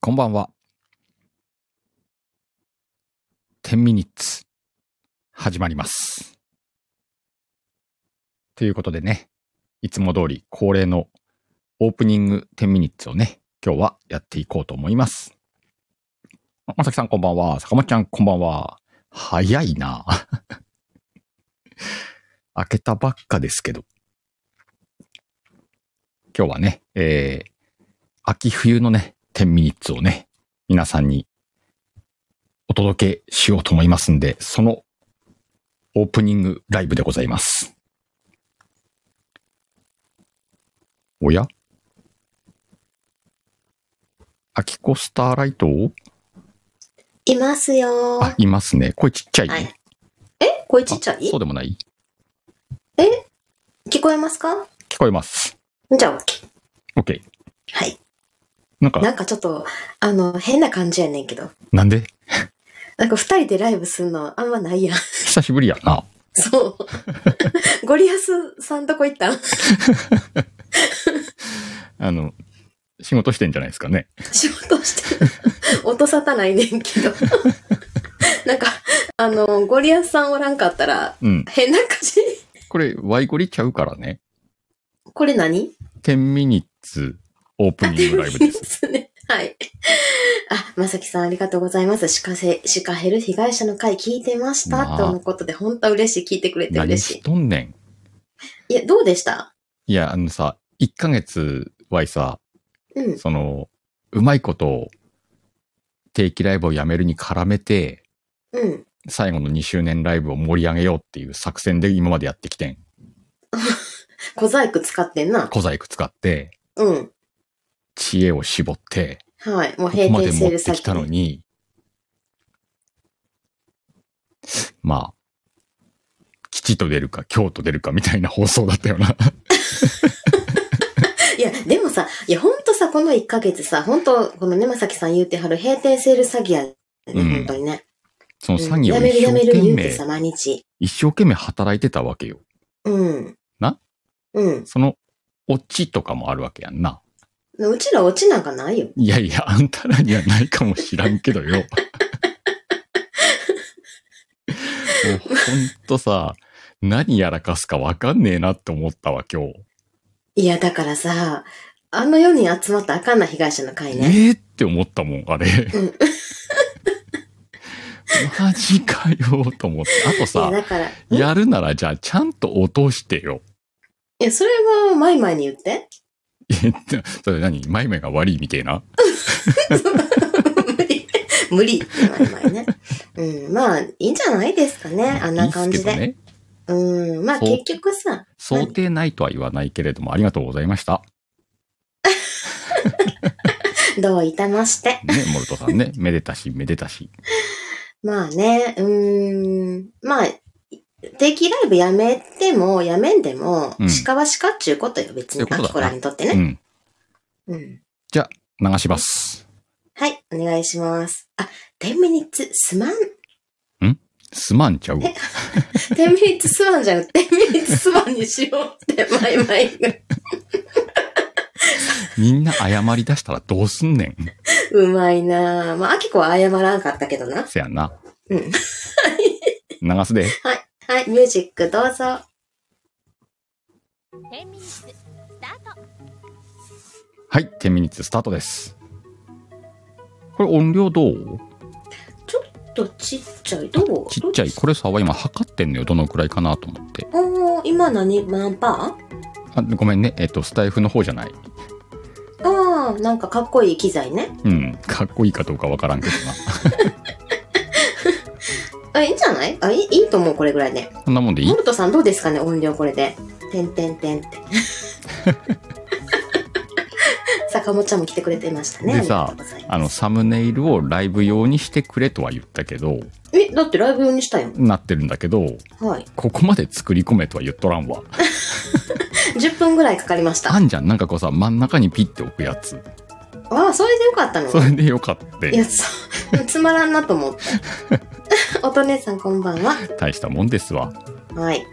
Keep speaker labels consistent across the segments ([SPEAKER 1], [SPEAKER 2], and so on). [SPEAKER 1] こんばんは。10ミニッツ、始まります。ということでね、いつも通り恒例のオープニング10ミニッツをね、今日はやっていこうと思います。あまさきさんこんばんは。坂本ちゃんこんばんは。早いな 開けたばっかですけど。今日はね、えー、秋冬のね、10ミニッツをね、皆さんにお届けしようと思いますんで、そのオープニングライブでございます。おやアキコスターライトを
[SPEAKER 2] いますよー。
[SPEAKER 1] あ、いますね。声ちっちゃいね。
[SPEAKER 2] はいえ声ちっちゃ
[SPEAKER 1] あ
[SPEAKER 2] い
[SPEAKER 1] そうでもない
[SPEAKER 2] 聞こえますか
[SPEAKER 1] 聞こえます。
[SPEAKER 2] じゃあ OK。
[SPEAKER 1] OK。
[SPEAKER 2] はい。
[SPEAKER 1] なんか、
[SPEAKER 2] なんかちょっと、あの、変な感じやねんけど。
[SPEAKER 1] なんで
[SPEAKER 2] なんか二人でライブするのあんまないやん。
[SPEAKER 1] 久しぶりやな。
[SPEAKER 2] そう。ゴリアスさんとこ行ったん
[SPEAKER 1] あの、仕事してんじゃないですかね。
[SPEAKER 2] 仕事して る。音沙汰ないねんけ ど。なんか、あの、ゴリアスさんおらんかったら、
[SPEAKER 1] うん。
[SPEAKER 2] 変な感じ。
[SPEAKER 1] これ、ワイゴリちゃうからね。
[SPEAKER 2] これ何
[SPEAKER 1] 10ミニッツオープニングライブ
[SPEAKER 2] で
[SPEAKER 1] です。
[SPEAKER 2] すね。はい。あ、まさきさんありがとうございます。シカせ、シカヘル被害者の会聞いてました。
[SPEAKER 1] まあ
[SPEAKER 2] とのことで、本当嬉しい。聞いてくれて
[SPEAKER 1] 何
[SPEAKER 2] 嬉しい
[SPEAKER 1] し。とんねん。
[SPEAKER 2] いや、どうでした
[SPEAKER 1] いや、あのさ、1ヶ月はさ、
[SPEAKER 2] うん。
[SPEAKER 1] その、うまいこと、定期ライブをやめるに絡めて、
[SPEAKER 2] うん。
[SPEAKER 1] 最後の2周年ライブを盛り上げようっていう作戦で今までやってきてん。
[SPEAKER 2] 小細工使ってんな。
[SPEAKER 1] 小細工使って、
[SPEAKER 2] うん。
[SPEAKER 1] 知恵を絞って、
[SPEAKER 2] はい。もう
[SPEAKER 1] ここ
[SPEAKER 2] 閉
[SPEAKER 1] まで
[SPEAKER 2] 店セ
[SPEAKER 1] 持
[SPEAKER 2] ー
[SPEAKER 1] っ
[SPEAKER 2] ル
[SPEAKER 1] て
[SPEAKER 2] 先
[SPEAKER 1] きたのに、まあ、吉と出るか、京と出るかみたいな放送だったよな。
[SPEAKER 2] いや、でもさ、いや、ほんとさ、この1ヶ月さ、ほんと、このね、まさきさん言うてはる閉店セール詐欺やね、
[SPEAKER 1] うん
[SPEAKER 2] ほんとにね。
[SPEAKER 1] その
[SPEAKER 2] うん
[SPEAKER 1] 詐欺を
[SPEAKER 2] やめる
[SPEAKER 1] 一
[SPEAKER 2] や
[SPEAKER 1] 生
[SPEAKER 2] める言
[SPEAKER 1] 懸
[SPEAKER 2] うて
[SPEAKER 1] 命
[SPEAKER 2] さ、、毎日。
[SPEAKER 1] 一生懸命働いてたわけよ。
[SPEAKER 2] うん。
[SPEAKER 1] な
[SPEAKER 2] うん。
[SPEAKER 1] その、オチとかもあるわけやんな。
[SPEAKER 2] うちらオチなんかないよ。
[SPEAKER 1] いやいや、あんたらにはないかもしらんけどよ。もうほんとさ、何やらかすかわかんねえなって思ったわ、今日。
[SPEAKER 2] いや、だからさ、あの世に集まったらあかんな被害者の会ね。
[SPEAKER 1] ええって思ったもん、あれ。
[SPEAKER 2] ん
[SPEAKER 1] マジかよ、と思って。あと
[SPEAKER 2] いや、
[SPEAKER 1] さ、
[SPEAKER 2] だから、んい
[SPEAKER 1] やるならじゃあちゃんと落としてよ。
[SPEAKER 2] や、それは、前々に言って。
[SPEAKER 1] えっとそれ何マイマイが悪いみたいな
[SPEAKER 2] 無理。無理。前々ね。うん。まあ、いいんじゃないですかね。あんな感じ
[SPEAKER 1] いいっすけど
[SPEAKER 2] で。
[SPEAKER 1] ね。
[SPEAKER 2] うん。まあ、
[SPEAKER 1] そう
[SPEAKER 2] 結局さ、
[SPEAKER 1] 想定ないとは言わないけれども、ありがとうございました。
[SPEAKER 2] どういたまして。
[SPEAKER 1] ね、モルトさん ね。めでたし、めでたし。
[SPEAKER 2] まあね、うーん。まあ、定期ライブやめても、やめんでも、
[SPEAKER 1] うん
[SPEAKER 2] 鹿は鹿っちゅうことよ、別
[SPEAKER 1] そうい
[SPEAKER 2] に
[SPEAKER 1] う。ことだな
[SPEAKER 2] アキコらにとって
[SPEAKER 1] う
[SPEAKER 2] ね。
[SPEAKER 1] ん。
[SPEAKER 2] うん。
[SPEAKER 1] 流します。
[SPEAKER 2] はい、お願いします。あ、10ミニッツすまん。
[SPEAKER 1] すまんちゃうわ。
[SPEAKER 2] 10ミニッツすまんじゃなくて、10ミニッツすまんにしようって、前々が。
[SPEAKER 1] みんな謝り出したらどうすんねん。
[SPEAKER 2] うまいなぁ。まあ、アキコは謝らんかったけどな。
[SPEAKER 1] せやな。
[SPEAKER 2] う ん。
[SPEAKER 1] 流すで。
[SPEAKER 2] はい、ミュージックどうぞ。
[SPEAKER 3] 10ミニッツスタート
[SPEAKER 1] はい、10ミニッツスタートです。これ音量どう
[SPEAKER 2] とちっちゃい。どう
[SPEAKER 1] ちっちゃい。これさ、今測ってんのよ。どのくらいかなと思って。
[SPEAKER 2] おー、今何何パ
[SPEAKER 1] あ、ごめんね。えっと、スタイフの方じゃない。
[SPEAKER 2] ーあー、なんかかっこいい機材ね。
[SPEAKER 1] うん。かっこいいかどうかわからんけど
[SPEAKER 2] あ、いいんじゃないあいい、いいと思う、これぐらいで。
[SPEAKER 1] な。こんなもんでいい
[SPEAKER 2] モルトさんどうですかね、音量これで。てんてんてんって。 坂本ちゃんも来てくれてましたね。
[SPEAKER 1] でさ
[SPEAKER 2] ありがとうございます
[SPEAKER 1] あの、サムネイルをライブ用にしてくれとは言ったけど、
[SPEAKER 2] え、だってライブ用にしたよ。
[SPEAKER 1] なってるんだけど、
[SPEAKER 2] はい。
[SPEAKER 1] ここまで作り込めとは言っとらんわ。
[SPEAKER 2] 10分ぐらいかかりました。
[SPEAKER 1] あ
[SPEAKER 2] あ
[SPEAKER 1] んじゃん。なんかこうさ、真ん中にピッて置くやつ。
[SPEAKER 2] あ、それでよかったの
[SPEAKER 1] それでよかった
[SPEAKER 2] い。や、そう、 つまらんなと思った。 おとねさんこんばんは。
[SPEAKER 1] 大したもんですわ。
[SPEAKER 2] はい。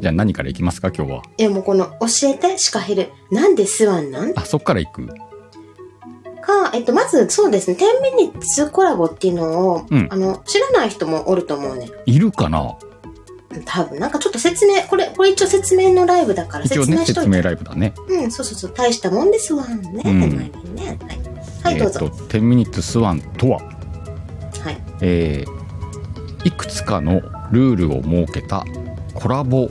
[SPEAKER 1] じゃあ何からいきますか、今日は。
[SPEAKER 2] いや、もうこの、教えて、シカヘル。なんでスワンなん
[SPEAKER 1] あ、そっからいく。
[SPEAKER 2] か、えっと、まず、そうですね、10ミニッツコラボっていうのを、
[SPEAKER 1] うん
[SPEAKER 2] あの、知らない人もおると思うね。
[SPEAKER 1] いるかな
[SPEAKER 2] 多分、なんかちょっと説明、これ、これ一応説明のライブだから
[SPEAKER 1] 一
[SPEAKER 2] 説
[SPEAKER 1] 応
[SPEAKER 2] 明
[SPEAKER 1] ね、
[SPEAKER 2] しとい
[SPEAKER 1] 説
[SPEAKER 2] て。
[SPEAKER 1] 明ライブだね。
[SPEAKER 2] うん、そうそうそう、大したもんですわんね、
[SPEAKER 1] うん
[SPEAKER 2] 手前にね。はい、は
[SPEAKER 1] え
[SPEAKER 2] い、ど
[SPEAKER 1] っ
[SPEAKER 2] うぞ。
[SPEAKER 1] と、10ミニッツスワンとは、
[SPEAKER 2] はい。
[SPEAKER 1] えーいくつかのルールを設けたコラボ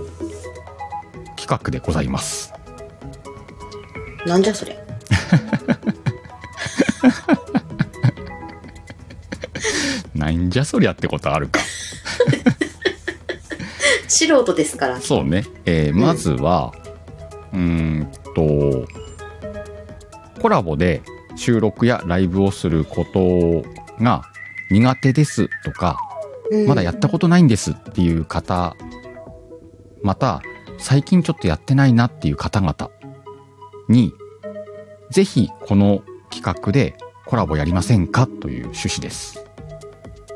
[SPEAKER 1] 企画でございます。
[SPEAKER 2] なんじゃそれ。
[SPEAKER 1] なんじゃそりゃってことあるか。
[SPEAKER 2] 素人ですから。
[SPEAKER 1] そうね。えー
[SPEAKER 2] ん
[SPEAKER 1] まずは、うーんと、コラボで収録やライブをすることが苦手ですとか、
[SPEAKER 2] うん
[SPEAKER 1] まだやったことないんですっていう方、また、最近ちょっとやってないなっていう方々に、ぜひこの企画でコラボやりませんかという趣旨です。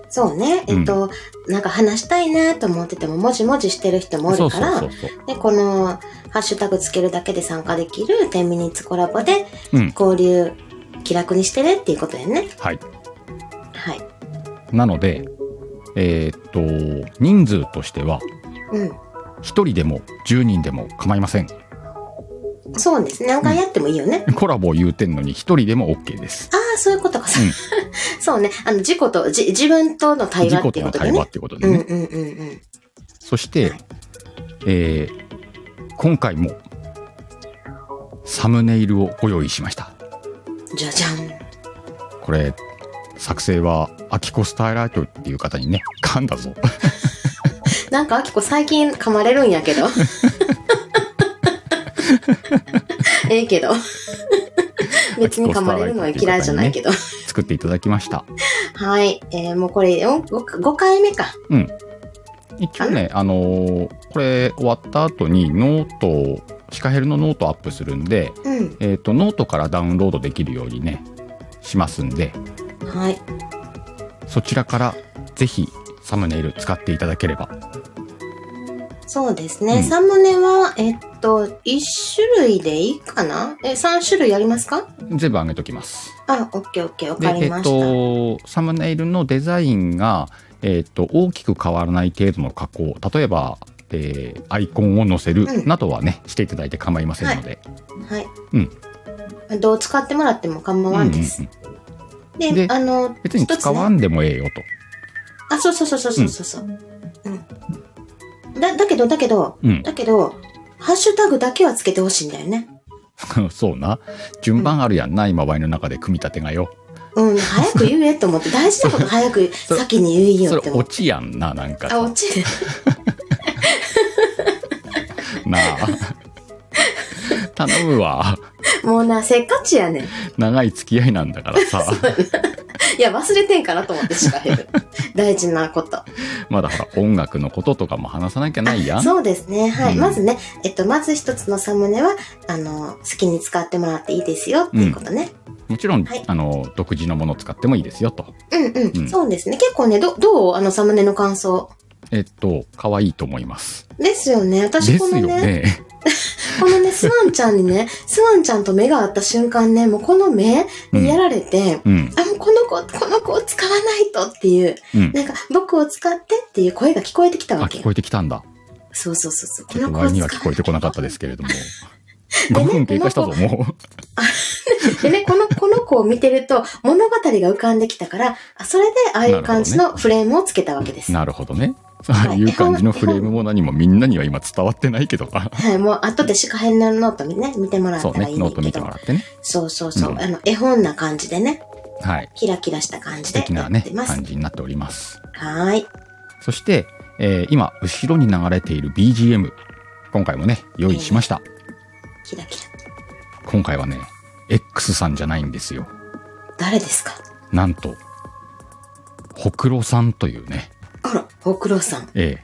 [SPEAKER 2] そうね。
[SPEAKER 1] うん
[SPEAKER 2] えっと、なんか話したいなと思ってても、もじもじしてる人もお
[SPEAKER 1] そう
[SPEAKER 2] るか
[SPEAKER 1] そう
[SPEAKER 2] ら、
[SPEAKER 1] そうそう。
[SPEAKER 2] で、この、ハッシュタグつけるだけで参加できる10ミニッツコラボで
[SPEAKER 1] うん、
[SPEAKER 2] 交流、気楽にしてねっていうことやね。
[SPEAKER 1] はい。
[SPEAKER 2] はい。
[SPEAKER 1] なので、えーっと、人数としては、
[SPEAKER 2] う
[SPEAKER 1] 一人でも10人でも構いません。
[SPEAKER 2] ん。そうですね。何回やってもいいよね。
[SPEAKER 1] コラボを言うてんのに一人でも OK です。
[SPEAKER 2] ああ、そういうことか。
[SPEAKER 1] うん
[SPEAKER 2] そうね。あの、自己と、じ自分との対
[SPEAKER 1] 自
[SPEAKER 2] 話っ
[SPEAKER 1] 己
[SPEAKER 2] て
[SPEAKER 1] と
[SPEAKER 2] い
[SPEAKER 1] の
[SPEAKER 2] うことで
[SPEAKER 1] 対話っ
[SPEAKER 2] ね。
[SPEAKER 1] てこと
[SPEAKER 2] う
[SPEAKER 1] で
[SPEAKER 2] ん
[SPEAKER 1] ね。
[SPEAKER 2] うんうんうん。
[SPEAKER 1] そして、
[SPEAKER 2] はい
[SPEAKER 1] えー今回もサムネイルをご用意しました。
[SPEAKER 2] じゃじゃん。
[SPEAKER 1] これ、作成はアキコスタイライトっていう方にね、噛んだぞ。
[SPEAKER 2] なんか、あきこ最近噛まれるんや けど。ええけど。別に噛まれるのは嫌いじゃないけど。
[SPEAKER 1] 作っていただきました。
[SPEAKER 2] はい。えー、もうこれ4 5, 回目か。
[SPEAKER 1] 一応ね、あのーこれ終わった後にノートを、シカヘルのノートをアップするんで、
[SPEAKER 2] うん。
[SPEAKER 1] えっ、と、ノートからダウンロードできるようにね、しますんで、
[SPEAKER 2] はい。
[SPEAKER 1] そちらからぜひサムネイル使っていただければ。
[SPEAKER 2] そうです
[SPEAKER 1] うん
[SPEAKER 2] ね。サムネは、えっと、1種類でいいかなえ、3種類ありますか
[SPEAKER 1] 全部上げときます。
[SPEAKER 2] あ、オッケーオッケー。わ
[SPEAKER 1] で、
[SPEAKER 2] か
[SPEAKER 1] え
[SPEAKER 2] り
[SPEAKER 1] っ、
[SPEAKER 2] ました。
[SPEAKER 1] と、サムネイルのデザインが、えっ、と、大きく変わらない程度の加工、例えば、えーアイコンを載せ
[SPEAKER 2] う
[SPEAKER 1] る
[SPEAKER 2] ん
[SPEAKER 1] などはね、していただいて構いませんので。
[SPEAKER 2] はい。
[SPEAKER 1] うん
[SPEAKER 2] どう使ってもらっても構わんです。
[SPEAKER 1] うんうんうんで
[SPEAKER 2] であの、
[SPEAKER 1] 別に
[SPEAKER 2] 一つね
[SPEAKER 1] 使わんでもええよ
[SPEAKER 2] あ、そうそうそうそうそうそう。うん。だ、だけど、だけど、
[SPEAKER 1] と。うん
[SPEAKER 2] だけど、ハッシュタグだけはつけてほしいんだよね。。
[SPEAKER 1] そうな。順番あるやんな、今場合の中で組み立てがよ。
[SPEAKER 2] うん、早く言え と思って、大事なこと早く
[SPEAKER 1] れ
[SPEAKER 2] 先に言いよ
[SPEAKER 1] そ
[SPEAKER 2] っ
[SPEAKER 1] れ
[SPEAKER 2] て思っ
[SPEAKER 1] 落
[SPEAKER 2] て。
[SPEAKER 1] ちやんな、なんか
[SPEAKER 2] あ、
[SPEAKER 1] さ
[SPEAKER 2] 落。ちる。
[SPEAKER 1] な あ。頼むわ。
[SPEAKER 2] もうな、せっかちやねん。い
[SPEAKER 1] 長い付き合いなんだからさ。
[SPEAKER 2] や、忘れてんかなと思って、しか へる。大事なこと。
[SPEAKER 1] まだほら、音楽のこととかも話さなきゃないやん。
[SPEAKER 2] そうですね。はい。
[SPEAKER 1] うん
[SPEAKER 2] まずね、えっと、まず一つのサムネは、あの、好きに使ってもらっていいですよっていうことね。
[SPEAKER 1] もちろん、
[SPEAKER 2] はい
[SPEAKER 1] あの、独自のものを使ってもいいですよと。
[SPEAKER 2] うん、うん、
[SPEAKER 1] うん
[SPEAKER 2] そうですね。結構ね、ど、どうあのサムネの感想。
[SPEAKER 1] えっと、可愛いと思います。
[SPEAKER 2] ですよね。
[SPEAKER 1] で
[SPEAKER 2] 私、
[SPEAKER 1] す
[SPEAKER 2] こ
[SPEAKER 1] よ
[SPEAKER 2] のね、
[SPEAKER 1] ね。
[SPEAKER 2] このね、スワンちゃんにね、スワンちゃんと目が合った瞬間ね、もうこの目
[SPEAKER 1] うん
[SPEAKER 2] にやられて、
[SPEAKER 1] うん。
[SPEAKER 2] あ、もうこの子、この子を使わないとっていう、
[SPEAKER 1] うん。
[SPEAKER 2] なんか僕を使ってっていう声が聞こえてきた
[SPEAKER 1] あ、
[SPEAKER 2] わけ
[SPEAKER 1] 聞
[SPEAKER 2] よ。
[SPEAKER 1] こえてきたんだ。
[SPEAKER 2] そうそうそうそう。
[SPEAKER 1] ちょっと前には聞こえてこなかったですけれ ども。5分経過したぞ、も
[SPEAKER 2] でね、この、この子を見てると物語が浮かんできたから、あそれでああいう感じ
[SPEAKER 1] なるほど
[SPEAKER 2] のフレームをつけたわけで
[SPEAKER 1] う。
[SPEAKER 2] す。
[SPEAKER 1] なるほどね。ああ いう感じのフレームも何もみんなには今伝わってない けどな。
[SPEAKER 2] はい、もう後でシカヘンのノートにね、見てもらっ
[SPEAKER 1] そ
[SPEAKER 2] た
[SPEAKER 1] う
[SPEAKER 2] ら
[SPEAKER 1] ね。
[SPEAKER 2] いいね
[SPEAKER 1] ノ
[SPEAKER 2] ん
[SPEAKER 1] ート
[SPEAKER 2] け
[SPEAKER 1] 見ても
[SPEAKER 2] ど。
[SPEAKER 1] らってね。
[SPEAKER 2] そうそうそうう。
[SPEAKER 1] ん
[SPEAKER 2] あの、絵本な感じでね、
[SPEAKER 1] はい。
[SPEAKER 2] キラキラした感じ
[SPEAKER 1] 素
[SPEAKER 2] で
[SPEAKER 1] 敵
[SPEAKER 2] や
[SPEAKER 1] な
[SPEAKER 2] っ
[SPEAKER 1] ね
[SPEAKER 2] て、ます。
[SPEAKER 1] 感じになっております。
[SPEAKER 2] はーい。
[SPEAKER 1] そして、えー今、後ろに流れている BGM。今回もね、用意しました。
[SPEAKER 2] キラキラ。
[SPEAKER 1] 今回はね、X さんじゃないんですよ。
[SPEAKER 2] 誰ですか
[SPEAKER 1] なんと、ほくろさんというね、
[SPEAKER 2] あら、ほくろさん。
[SPEAKER 1] え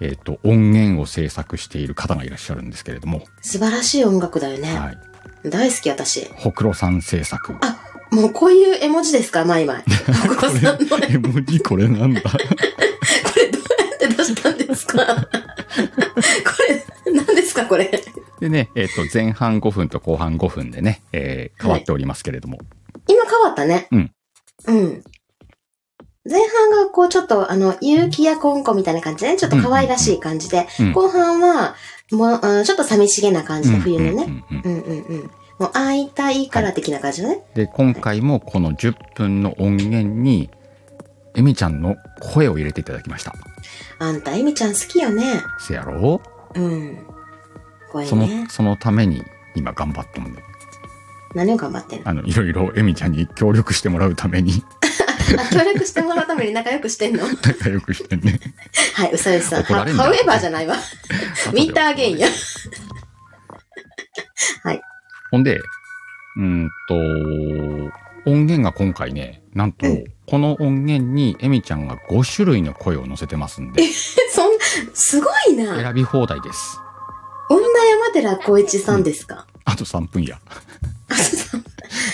[SPEAKER 1] ええっ、と、音源を制作している方がいらっしゃるんですけれども、
[SPEAKER 2] 素晴らしい音楽だよね。
[SPEAKER 1] はい。
[SPEAKER 2] 大好き、私。
[SPEAKER 1] ほくろさん制作。
[SPEAKER 2] もうこういう絵文字ですか毎 毎。ほくろさんの絵、こ
[SPEAKER 1] 絵文字これなんだ。
[SPEAKER 2] れどうやって出したんですか これ、何ですかこれ。
[SPEAKER 1] でね、えっ、と、前半5分と後半5分でね、えー変わっておりますけれども、
[SPEAKER 2] 今変わったね。
[SPEAKER 1] うん。
[SPEAKER 2] うん。前半がこうちょっとあの、勇気やコンコみたいな感じで、ね、ちょっと可愛らしい感じで、
[SPEAKER 1] うん
[SPEAKER 2] 後半は、もう、うんちょっと寂しげな感じで、冬の
[SPEAKER 1] う
[SPEAKER 2] ね。
[SPEAKER 1] んうんうんうん
[SPEAKER 2] うんうんうん。もう会いたいから的な感じのね。
[SPEAKER 1] で、今回もこの10分の音源に、エミちゃんの声を入れていただきました。
[SPEAKER 2] あんた、エミちゃん好きよね。
[SPEAKER 1] せやろ
[SPEAKER 2] うん。これ
[SPEAKER 1] そ
[SPEAKER 2] ね
[SPEAKER 1] の、。そのために今頑張ってもんで、
[SPEAKER 2] 何を頑張ってんの
[SPEAKER 1] あの、いろいろエミちゃんに協力してもらうために
[SPEAKER 2] あ、協力してもらうために仲良くしてんのは
[SPEAKER 1] 仲良くして ね。
[SPEAKER 2] い、うさうさん。
[SPEAKER 1] 怒ら
[SPEAKER 2] ハ
[SPEAKER 1] れんじゃん
[SPEAKER 2] ウエバーじ ゃないわ。ミンターゲインや。
[SPEAKER 1] ほんで、うーんと、音源が今回ね、なんと、
[SPEAKER 2] うん
[SPEAKER 1] この音源にエミちゃんが5種類の声を載せてますんで、
[SPEAKER 2] そん、すごいな。
[SPEAKER 1] 選び放題です。
[SPEAKER 2] 女山寺光一さんですか、
[SPEAKER 1] あと3分 や。
[SPEAKER 2] あそう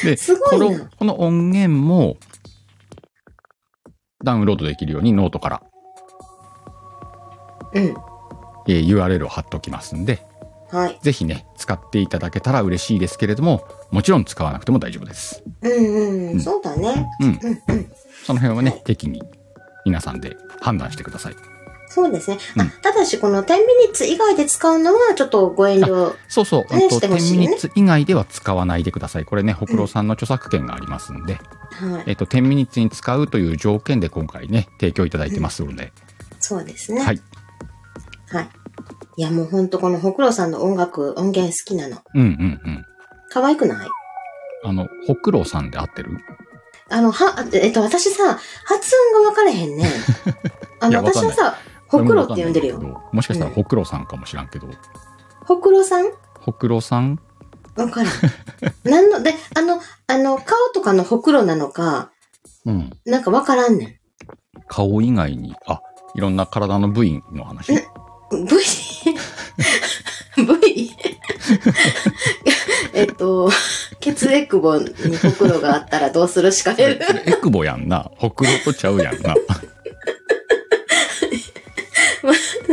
[SPEAKER 1] で、
[SPEAKER 2] すご
[SPEAKER 1] こ
[SPEAKER 2] いな
[SPEAKER 1] の、この音源も、ダウンロードできるようにノートから、
[SPEAKER 2] うん。
[SPEAKER 1] えー URL を貼っときますんで、
[SPEAKER 2] はい。
[SPEAKER 1] ぜひね、使っていただけたら嬉しいですけれども、もちろん使わなくても大丈夫です。
[SPEAKER 2] う
[SPEAKER 1] う
[SPEAKER 2] んうんん。そうだね。
[SPEAKER 1] うん。
[SPEAKER 2] うんうん。
[SPEAKER 1] その辺はね、適宜皆さんで判断してください。
[SPEAKER 2] そうですね。
[SPEAKER 1] うん
[SPEAKER 2] あ、ただし、この10ミニッツ以外で使うのは、ちょっとご遠慮。
[SPEAKER 1] そうそう、
[SPEAKER 2] ね
[SPEAKER 1] うんと
[SPEAKER 2] して
[SPEAKER 1] 10
[SPEAKER 2] ほしい
[SPEAKER 1] ミ
[SPEAKER 2] ね
[SPEAKER 1] ニッツ以外では使わないでください。これね、北郎さんの著作権がありますんで、
[SPEAKER 2] はい。
[SPEAKER 1] えっと、10ミニッツに使うという条件で今回ね、提供いただいてますので、
[SPEAKER 2] そうですね。
[SPEAKER 1] はい。
[SPEAKER 2] はい。いや、もうほんとこのほくろさんの音楽、音源好きなの。
[SPEAKER 1] うんうんうん。
[SPEAKER 2] 可愛くない
[SPEAKER 1] あの、北郎さんで合ってる
[SPEAKER 2] あの、は、えっと、私さ、発音が分かれへん ね。あ
[SPEAKER 1] いや
[SPEAKER 2] の、私はさ、ほくろって呼んでる
[SPEAKER 1] わか
[SPEAKER 2] よ。
[SPEAKER 1] ないけどもしかしたら北郎さんかもしらんけど、
[SPEAKER 2] ほくろさん
[SPEAKER 1] 北郎さん
[SPEAKER 2] 分からん。 なんの、で、あの、あの、顔とかのほくろなのか、
[SPEAKER 1] うん。
[SPEAKER 2] なんか分からんね
[SPEAKER 1] 顔以外に、あ、いろんな体の部位の話。
[SPEAKER 2] ん。部 位部位 えっと、血液棒にほくろがあったらどうするしか
[SPEAKER 1] そ
[SPEAKER 2] ね
[SPEAKER 1] れ。それエクボやんな。ほくろとちゃうやんな。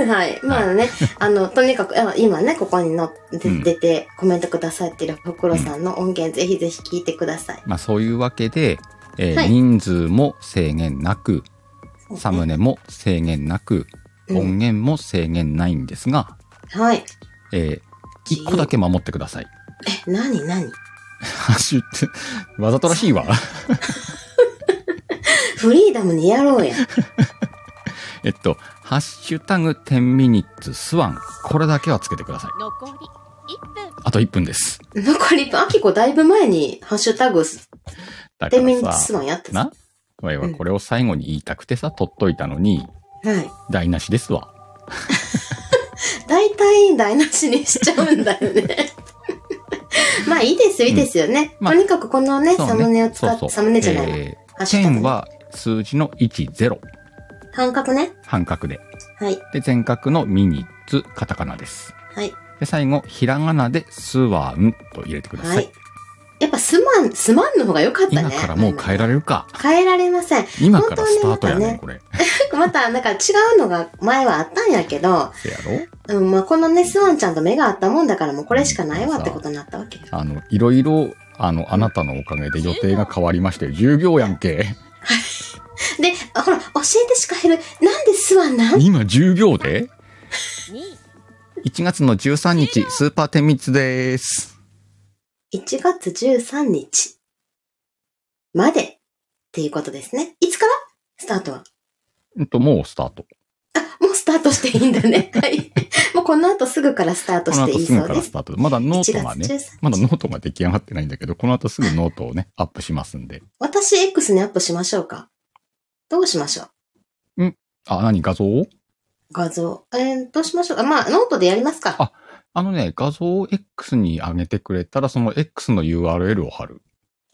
[SPEAKER 2] はい。まあね、あの、とにかく、あ今ね、ここにので
[SPEAKER 1] うん
[SPEAKER 2] 出てコメントくださってるほくろさんの音源、ぜひぜひ聞いてください。
[SPEAKER 1] まあそういうわけで、えー
[SPEAKER 2] はい
[SPEAKER 1] 人数も制限なく、サムネも制限なく、
[SPEAKER 2] うん
[SPEAKER 1] 音源も制限ないんですが、
[SPEAKER 2] はい。
[SPEAKER 1] えー、一個だけ守ってください。
[SPEAKER 2] え、なになに
[SPEAKER 1] ハッシュ って、わざとらし いわ。
[SPEAKER 2] フリーダムにやろうや。
[SPEAKER 1] えっと、ハッシュタグ10ミニッツスワン。これだけはつけてください。
[SPEAKER 3] 残り1分
[SPEAKER 1] あと1分です。
[SPEAKER 2] 残り、あきこだいぶ前に、ハッシュタグ、
[SPEAKER 1] だか
[SPEAKER 2] 天秤
[SPEAKER 1] ら
[SPEAKER 2] ス
[SPEAKER 1] さ、
[SPEAKER 2] ワンやってた。は
[SPEAKER 1] なわいは
[SPEAKER 2] うん
[SPEAKER 1] これを最後に言いたくてさ、取っといたのに、
[SPEAKER 2] い。
[SPEAKER 1] 台無しですわ。
[SPEAKER 2] 大体台無しにしちゃうんだよね。 まあいいですよ、いいですよね。
[SPEAKER 1] まあ
[SPEAKER 2] とにかくこのね、
[SPEAKER 1] そうね
[SPEAKER 2] サムネを使
[SPEAKER 1] そ
[SPEAKER 2] っ
[SPEAKER 1] うそう
[SPEAKER 2] サムネじゃない、
[SPEAKER 1] え
[SPEAKER 2] ハッシュタグ
[SPEAKER 1] ー、10
[SPEAKER 2] ね
[SPEAKER 1] は数字の10、
[SPEAKER 2] 半角ね。
[SPEAKER 1] 半角で。
[SPEAKER 2] はい。
[SPEAKER 1] で、全角のミニッツ、カタカナです。
[SPEAKER 2] はい。
[SPEAKER 1] で、最後、ひらがなでスワンと入れてください。
[SPEAKER 2] はい。やっぱすまん、すまんの方が良かったね。
[SPEAKER 1] 今からもう変えられるか。
[SPEAKER 2] 変えられません。
[SPEAKER 1] 今からスタートやねん、
[SPEAKER 2] 本
[SPEAKER 1] これ。
[SPEAKER 2] また、なんか違うのが前はあったんやけど、
[SPEAKER 1] せやろ
[SPEAKER 2] うん、まあ、このね、スワンちゃんと目があったもんだから、もうこれしかないわってことになったわけよ。
[SPEAKER 1] あの、いろいろ、あの、あなたのおかげで予定が変わりまして、10秒やんけ。
[SPEAKER 2] で、ほら、教えてしか減る。なんでスワンなん
[SPEAKER 1] 今10秒で
[SPEAKER 3] 2
[SPEAKER 1] 1月の13日、スーパーテミツです。
[SPEAKER 2] ?1 月13日までっていうことですね。いつからスタートは。
[SPEAKER 1] うんと、もうスタート。
[SPEAKER 2] もうスタートしていいんだ ね。はい。もうこの後すぐからスタート
[SPEAKER 1] この
[SPEAKER 2] して
[SPEAKER 1] 後
[SPEAKER 2] いい
[SPEAKER 1] すぐ
[SPEAKER 2] そう
[SPEAKER 1] か
[SPEAKER 2] で
[SPEAKER 1] ら
[SPEAKER 2] す
[SPEAKER 1] ス。タート。まだノートが
[SPEAKER 2] 1月13
[SPEAKER 1] ね
[SPEAKER 2] 日、
[SPEAKER 1] まだノートが出来上がってないんだけど、この後すぐノートをね、アップしますんで。
[SPEAKER 2] 私 X にアップしましょうか。どうしましょう
[SPEAKER 1] あ、何画像を
[SPEAKER 2] 画像。えー、どうしましょうか。まあ、ノートでやります
[SPEAKER 1] あ
[SPEAKER 2] か。
[SPEAKER 1] あのね、画像を X に上げてくれたら、その X の URL を貼る。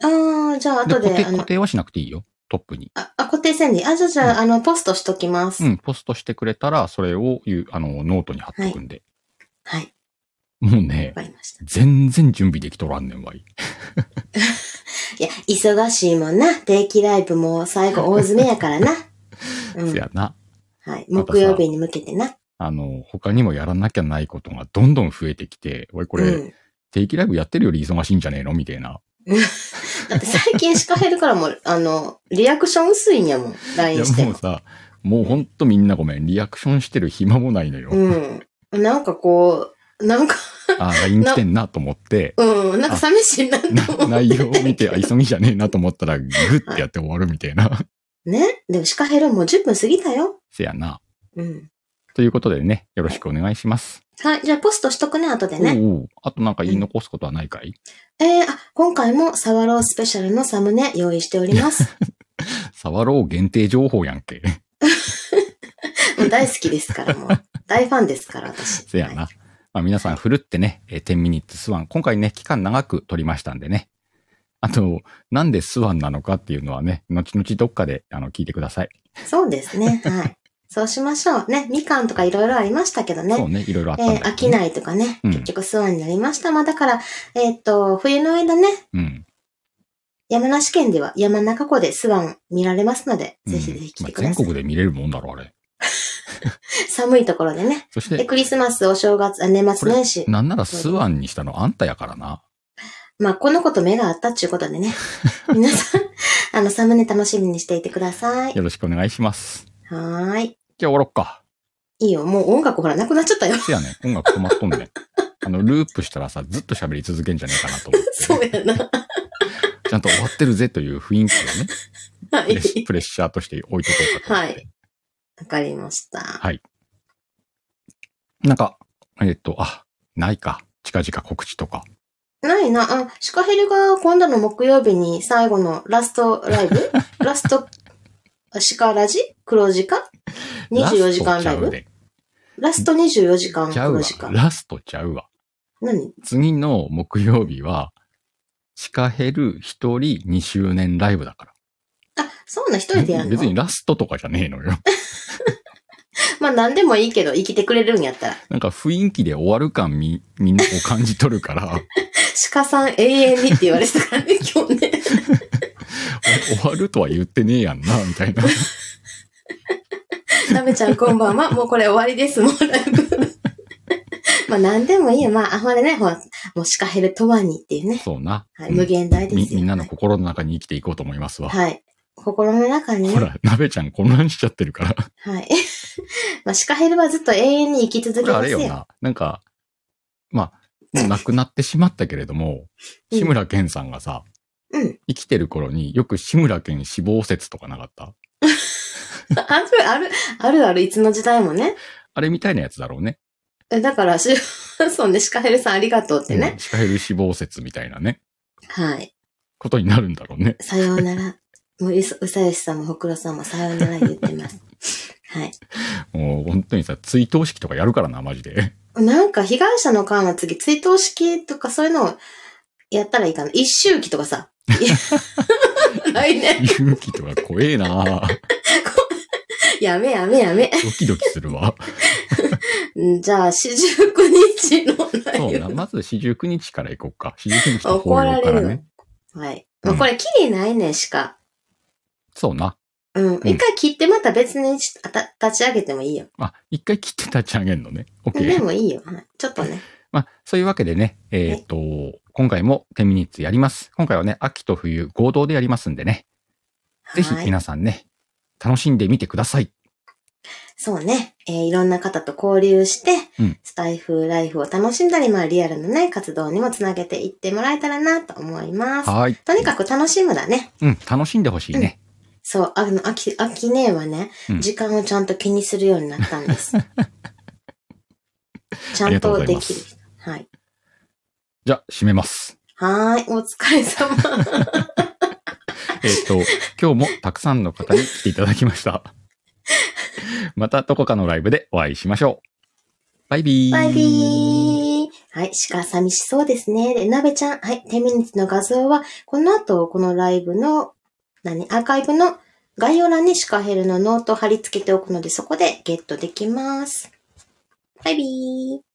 [SPEAKER 2] ああ、じゃあ
[SPEAKER 1] で、
[SPEAKER 2] 後
[SPEAKER 1] 固
[SPEAKER 2] で、
[SPEAKER 1] 定、
[SPEAKER 2] あの
[SPEAKER 1] 固、定はしなくていいよ。トップに。
[SPEAKER 2] あ、あ固定線に。あ、じゃあ、じゃあ、あの、ポストしときます。
[SPEAKER 1] うん、ポストしてくれたら、それを言う、あの、ノートに貼っておくんで。
[SPEAKER 2] はい。わ
[SPEAKER 1] もうね、
[SPEAKER 2] かりました。
[SPEAKER 1] 全然準備できとらんねんわい。
[SPEAKER 2] いや、忙しいもんな。定期ライブも最後大詰めやか らな。う
[SPEAKER 1] せ
[SPEAKER 2] ん。
[SPEAKER 1] やな。
[SPEAKER 2] はい。
[SPEAKER 1] またさ
[SPEAKER 2] 木曜日に向けてな。
[SPEAKER 1] あの、他にもやらなきゃないことがどんどん増えてきて、おい、これ、
[SPEAKER 2] うん
[SPEAKER 1] 定期ライブやってるより忙しいんじゃねえのみたいな。
[SPEAKER 2] だって最近シカヘルからも、 あの、リアクション薄いんやもん、
[SPEAKER 1] い
[SPEAKER 2] LINE
[SPEAKER 1] や、
[SPEAKER 2] して
[SPEAKER 1] もう
[SPEAKER 2] も。
[SPEAKER 1] さ、もうほんとみんなごめん。リアクションしてる暇もないのよ。
[SPEAKER 2] うん。なんかこう、なんか、
[SPEAKER 1] ああ、LINE 来てんなと思って、
[SPEAKER 2] うん、なんか寂しいなって
[SPEAKER 1] な
[SPEAKER 2] 思う。
[SPEAKER 1] 内容を見て、あ、急ぎじゃねえなと思ったら、グッてやって終わるみたいな。
[SPEAKER 2] ねでもシカヘルもう10分過ぎたよ。
[SPEAKER 1] せやな。
[SPEAKER 2] うん。
[SPEAKER 1] ということでね、よろしくお願いします。
[SPEAKER 2] はい、じゃあポストしとくね、後でね。
[SPEAKER 1] おうおうあとなんか言い残すことはないかい
[SPEAKER 2] えー、あ、今回もサワロースペシャルのサムネ用意しております。
[SPEAKER 1] サワロー限定情報やんけ。
[SPEAKER 2] もう大好きですから、もう。大ファンですから、私。
[SPEAKER 1] せや
[SPEAKER 2] は
[SPEAKER 1] な。まあ皆さん、ふるってね、えー10ミニッツスワン。今回ね、期間長く取りましたんでね。あと、なんでスワンなのかっていうのはね、後々どっかで、あの、聞いてください。
[SPEAKER 2] い。そうですね。はい。そうしましょう。ね、みかんとかいろいろありましたけどね。
[SPEAKER 1] そうね、いろいろあったんだ
[SPEAKER 2] えー、
[SPEAKER 1] けど
[SPEAKER 2] 飽き
[SPEAKER 1] ね
[SPEAKER 2] ないとかね、
[SPEAKER 1] うん
[SPEAKER 2] 結局スワンになりました。まあだから、えっ、と、冬の間ね、
[SPEAKER 1] うん。
[SPEAKER 2] 山梨県では山中湖でスワン見られますので、ぜひぜひ来てくだ
[SPEAKER 1] まあ
[SPEAKER 2] さい。
[SPEAKER 1] 全国で見れるもんだろ、あれ。
[SPEAKER 2] 寒いところでね。
[SPEAKER 1] そし
[SPEAKER 2] で、
[SPEAKER 1] て、
[SPEAKER 2] クリスマス、お正月、あ年末年始。
[SPEAKER 1] なんならスワンにしたのあんたやからな。
[SPEAKER 2] まあ、この子と目があったっていうこ とでね。皆さん、あの、サムネ楽しみにしていてください。
[SPEAKER 1] よろしくお願いします。
[SPEAKER 2] はーい。
[SPEAKER 1] じゃあ終わろっか。
[SPEAKER 2] いいよ。もう音楽ほら、なくなっち ゃったよ。
[SPEAKER 1] せやね、音楽止まっとんね。あの、ループしたらさ、ずっと喋り続けんじゃねえかなと思って、
[SPEAKER 2] そうやな。
[SPEAKER 1] ちゃんと終わってるぜという雰囲気をね、
[SPEAKER 2] は
[SPEAKER 1] プレッ
[SPEAKER 2] い。
[SPEAKER 1] プレッシャーとして置いとこうかと思って。
[SPEAKER 2] はいわかりました。
[SPEAKER 1] なんか、えっ、と、あ、ないか。近々告知とか。
[SPEAKER 2] ないな。あ、シカヘルが今度の木曜日に最後のラストラ イブラスト、あシカラジ黒字化 ?24 時間ライブラスト24時間
[SPEAKER 1] ラストちゃう
[SPEAKER 2] 黒
[SPEAKER 1] で
[SPEAKER 2] 字
[SPEAKER 1] ちゃ
[SPEAKER 2] 化
[SPEAKER 1] うわ。。ラストちゃうわ。
[SPEAKER 2] 何
[SPEAKER 1] 次の木曜日は、シカヘル一人2周年ライブだか
[SPEAKER 2] あ、そんな一
[SPEAKER 1] ら。
[SPEAKER 2] 人でやる
[SPEAKER 1] 別に
[SPEAKER 2] の
[SPEAKER 1] ラストとかじゃねえのよ。
[SPEAKER 2] まあ何でもいいけど、生きてくれるんやったら。
[SPEAKER 1] なんか雰囲気で終わる感み、みんなを感じ取るから、
[SPEAKER 2] 鹿さん永遠にって言われてたか らね、今日ね。
[SPEAKER 1] お終わるとは言ってねえやんな、みたい な。
[SPEAKER 2] ラメちゃんこんばんは。もうこれ終わりです、もうライブ。 まあ何でもいいよ。まあ、あほらね、ほら、もうシカヘルとはにっていうね。
[SPEAKER 1] そうな。
[SPEAKER 2] はい、無限大ですよ
[SPEAKER 1] み、。みんなの心の中に生きていこうと思いますわ。
[SPEAKER 2] はい。心の中にね
[SPEAKER 1] ほ。ら、鍋ちゃん混乱しちゃってる から。
[SPEAKER 2] はい。まあ、シカヘルはずっと永遠に生き続
[SPEAKER 1] こ
[SPEAKER 2] け
[SPEAKER 1] れあ
[SPEAKER 2] ま
[SPEAKER 1] れ
[SPEAKER 2] すよ。
[SPEAKER 1] よな。なんか、まあ、もう亡くなってしまったけれども、
[SPEAKER 2] うん
[SPEAKER 1] 志村けんさんがさ、
[SPEAKER 2] うん
[SPEAKER 1] 生きてる頃によく志村けん死亡説とかなかった
[SPEAKER 2] あるある、あるある、いつの時代もね。
[SPEAKER 1] あれみたいなやつだろうね。
[SPEAKER 2] えだから、し そうね、シカヘルさんありがとうって
[SPEAKER 1] う
[SPEAKER 2] ね
[SPEAKER 1] ん。シカヘル死亡説みたいなね、
[SPEAKER 2] はい。
[SPEAKER 1] ことになるんだろうね。
[SPEAKER 2] さようなら。 もう、いそうさよしさんもほくろさんもさようなら言ってます。 はい。
[SPEAKER 1] もう本当にさ、追悼式とかやるからな、マジで。
[SPEAKER 2] なんか、被害者の間は次、追悼式とかそういうのをやったらいいかな。一周期と かさ。 いや来年。
[SPEAKER 1] 勇気とか怖えな
[SPEAKER 2] やめやめやめ。
[SPEAKER 1] ドキドキするわ。
[SPEAKER 2] うんじゃあ、四十九日のラ
[SPEAKER 1] そう
[SPEAKER 2] イ
[SPEAKER 1] な。
[SPEAKER 2] ブ。
[SPEAKER 1] まず四十九日から行こうか。四十九日の
[SPEAKER 2] 怒
[SPEAKER 1] 法
[SPEAKER 2] ら
[SPEAKER 1] 要
[SPEAKER 2] れ
[SPEAKER 1] から
[SPEAKER 2] る
[SPEAKER 1] ね
[SPEAKER 2] よ。。はい。
[SPEAKER 1] うん
[SPEAKER 2] まあ、これ、きりないね、しか。
[SPEAKER 1] そうな。
[SPEAKER 2] うん。
[SPEAKER 1] ん
[SPEAKER 2] 一回切ってまた別にしあた立ち上げてもいいよ。
[SPEAKER 1] あ、一回切って立ち上げるのね。OK。
[SPEAKER 2] でもいいよ。はいちょっとね。
[SPEAKER 1] まあ、そういうわけでね、えっ、と、今回も10ミニッツやります。今回はね、秋と冬合同でやりますんでね、ぜひ
[SPEAKER 2] はい。
[SPEAKER 1] 皆さんね、楽しんでみてください。
[SPEAKER 2] そうね。えーいろんな方と交流して、
[SPEAKER 1] うん
[SPEAKER 2] スタイフライフを楽しんだり、まあリアルのね、活動にもつなげていってもらえたらなと思います。
[SPEAKER 1] はーい。
[SPEAKER 2] とにかく楽しむだね。
[SPEAKER 1] うん、楽しんでほしいね。
[SPEAKER 2] そう、あの、秋、秋姉はね、
[SPEAKER 1] うん
[SPEAKER 2] 時間をちゃんと気にするようになった んです。ちゃ
[SPEAKER 1] ありが
[SPEAKER 2] ん
[SPEAKER 1] とうござ
[SPEAKER 2] と
[SPEAKER 1] い
[SPEAKER 2] で
[SPEAKER 1] ま
[SPEAKER 2] きる
[SPEAKER 1] す。
[SPEAKER 2] はい。
[SPEAKER 1] じゃあ、締めます。
[SPEAKER 2] はーい、お疲れ様。
[SPEAKER 1] えっ、と、今日もたくさんの方に来ていただきま した。またどこかのライブでお会いしましょう。バイビー。
[SPEAKER 2] バイビーはい、鹿寂しそうですね。で、なべちゃん、はい、手ミニッツの画像は、この後、このライブの、何、アーカイブの概要欄に鹿ヘルのノートを貼り付けておくので、そこでゲットできます。バイビー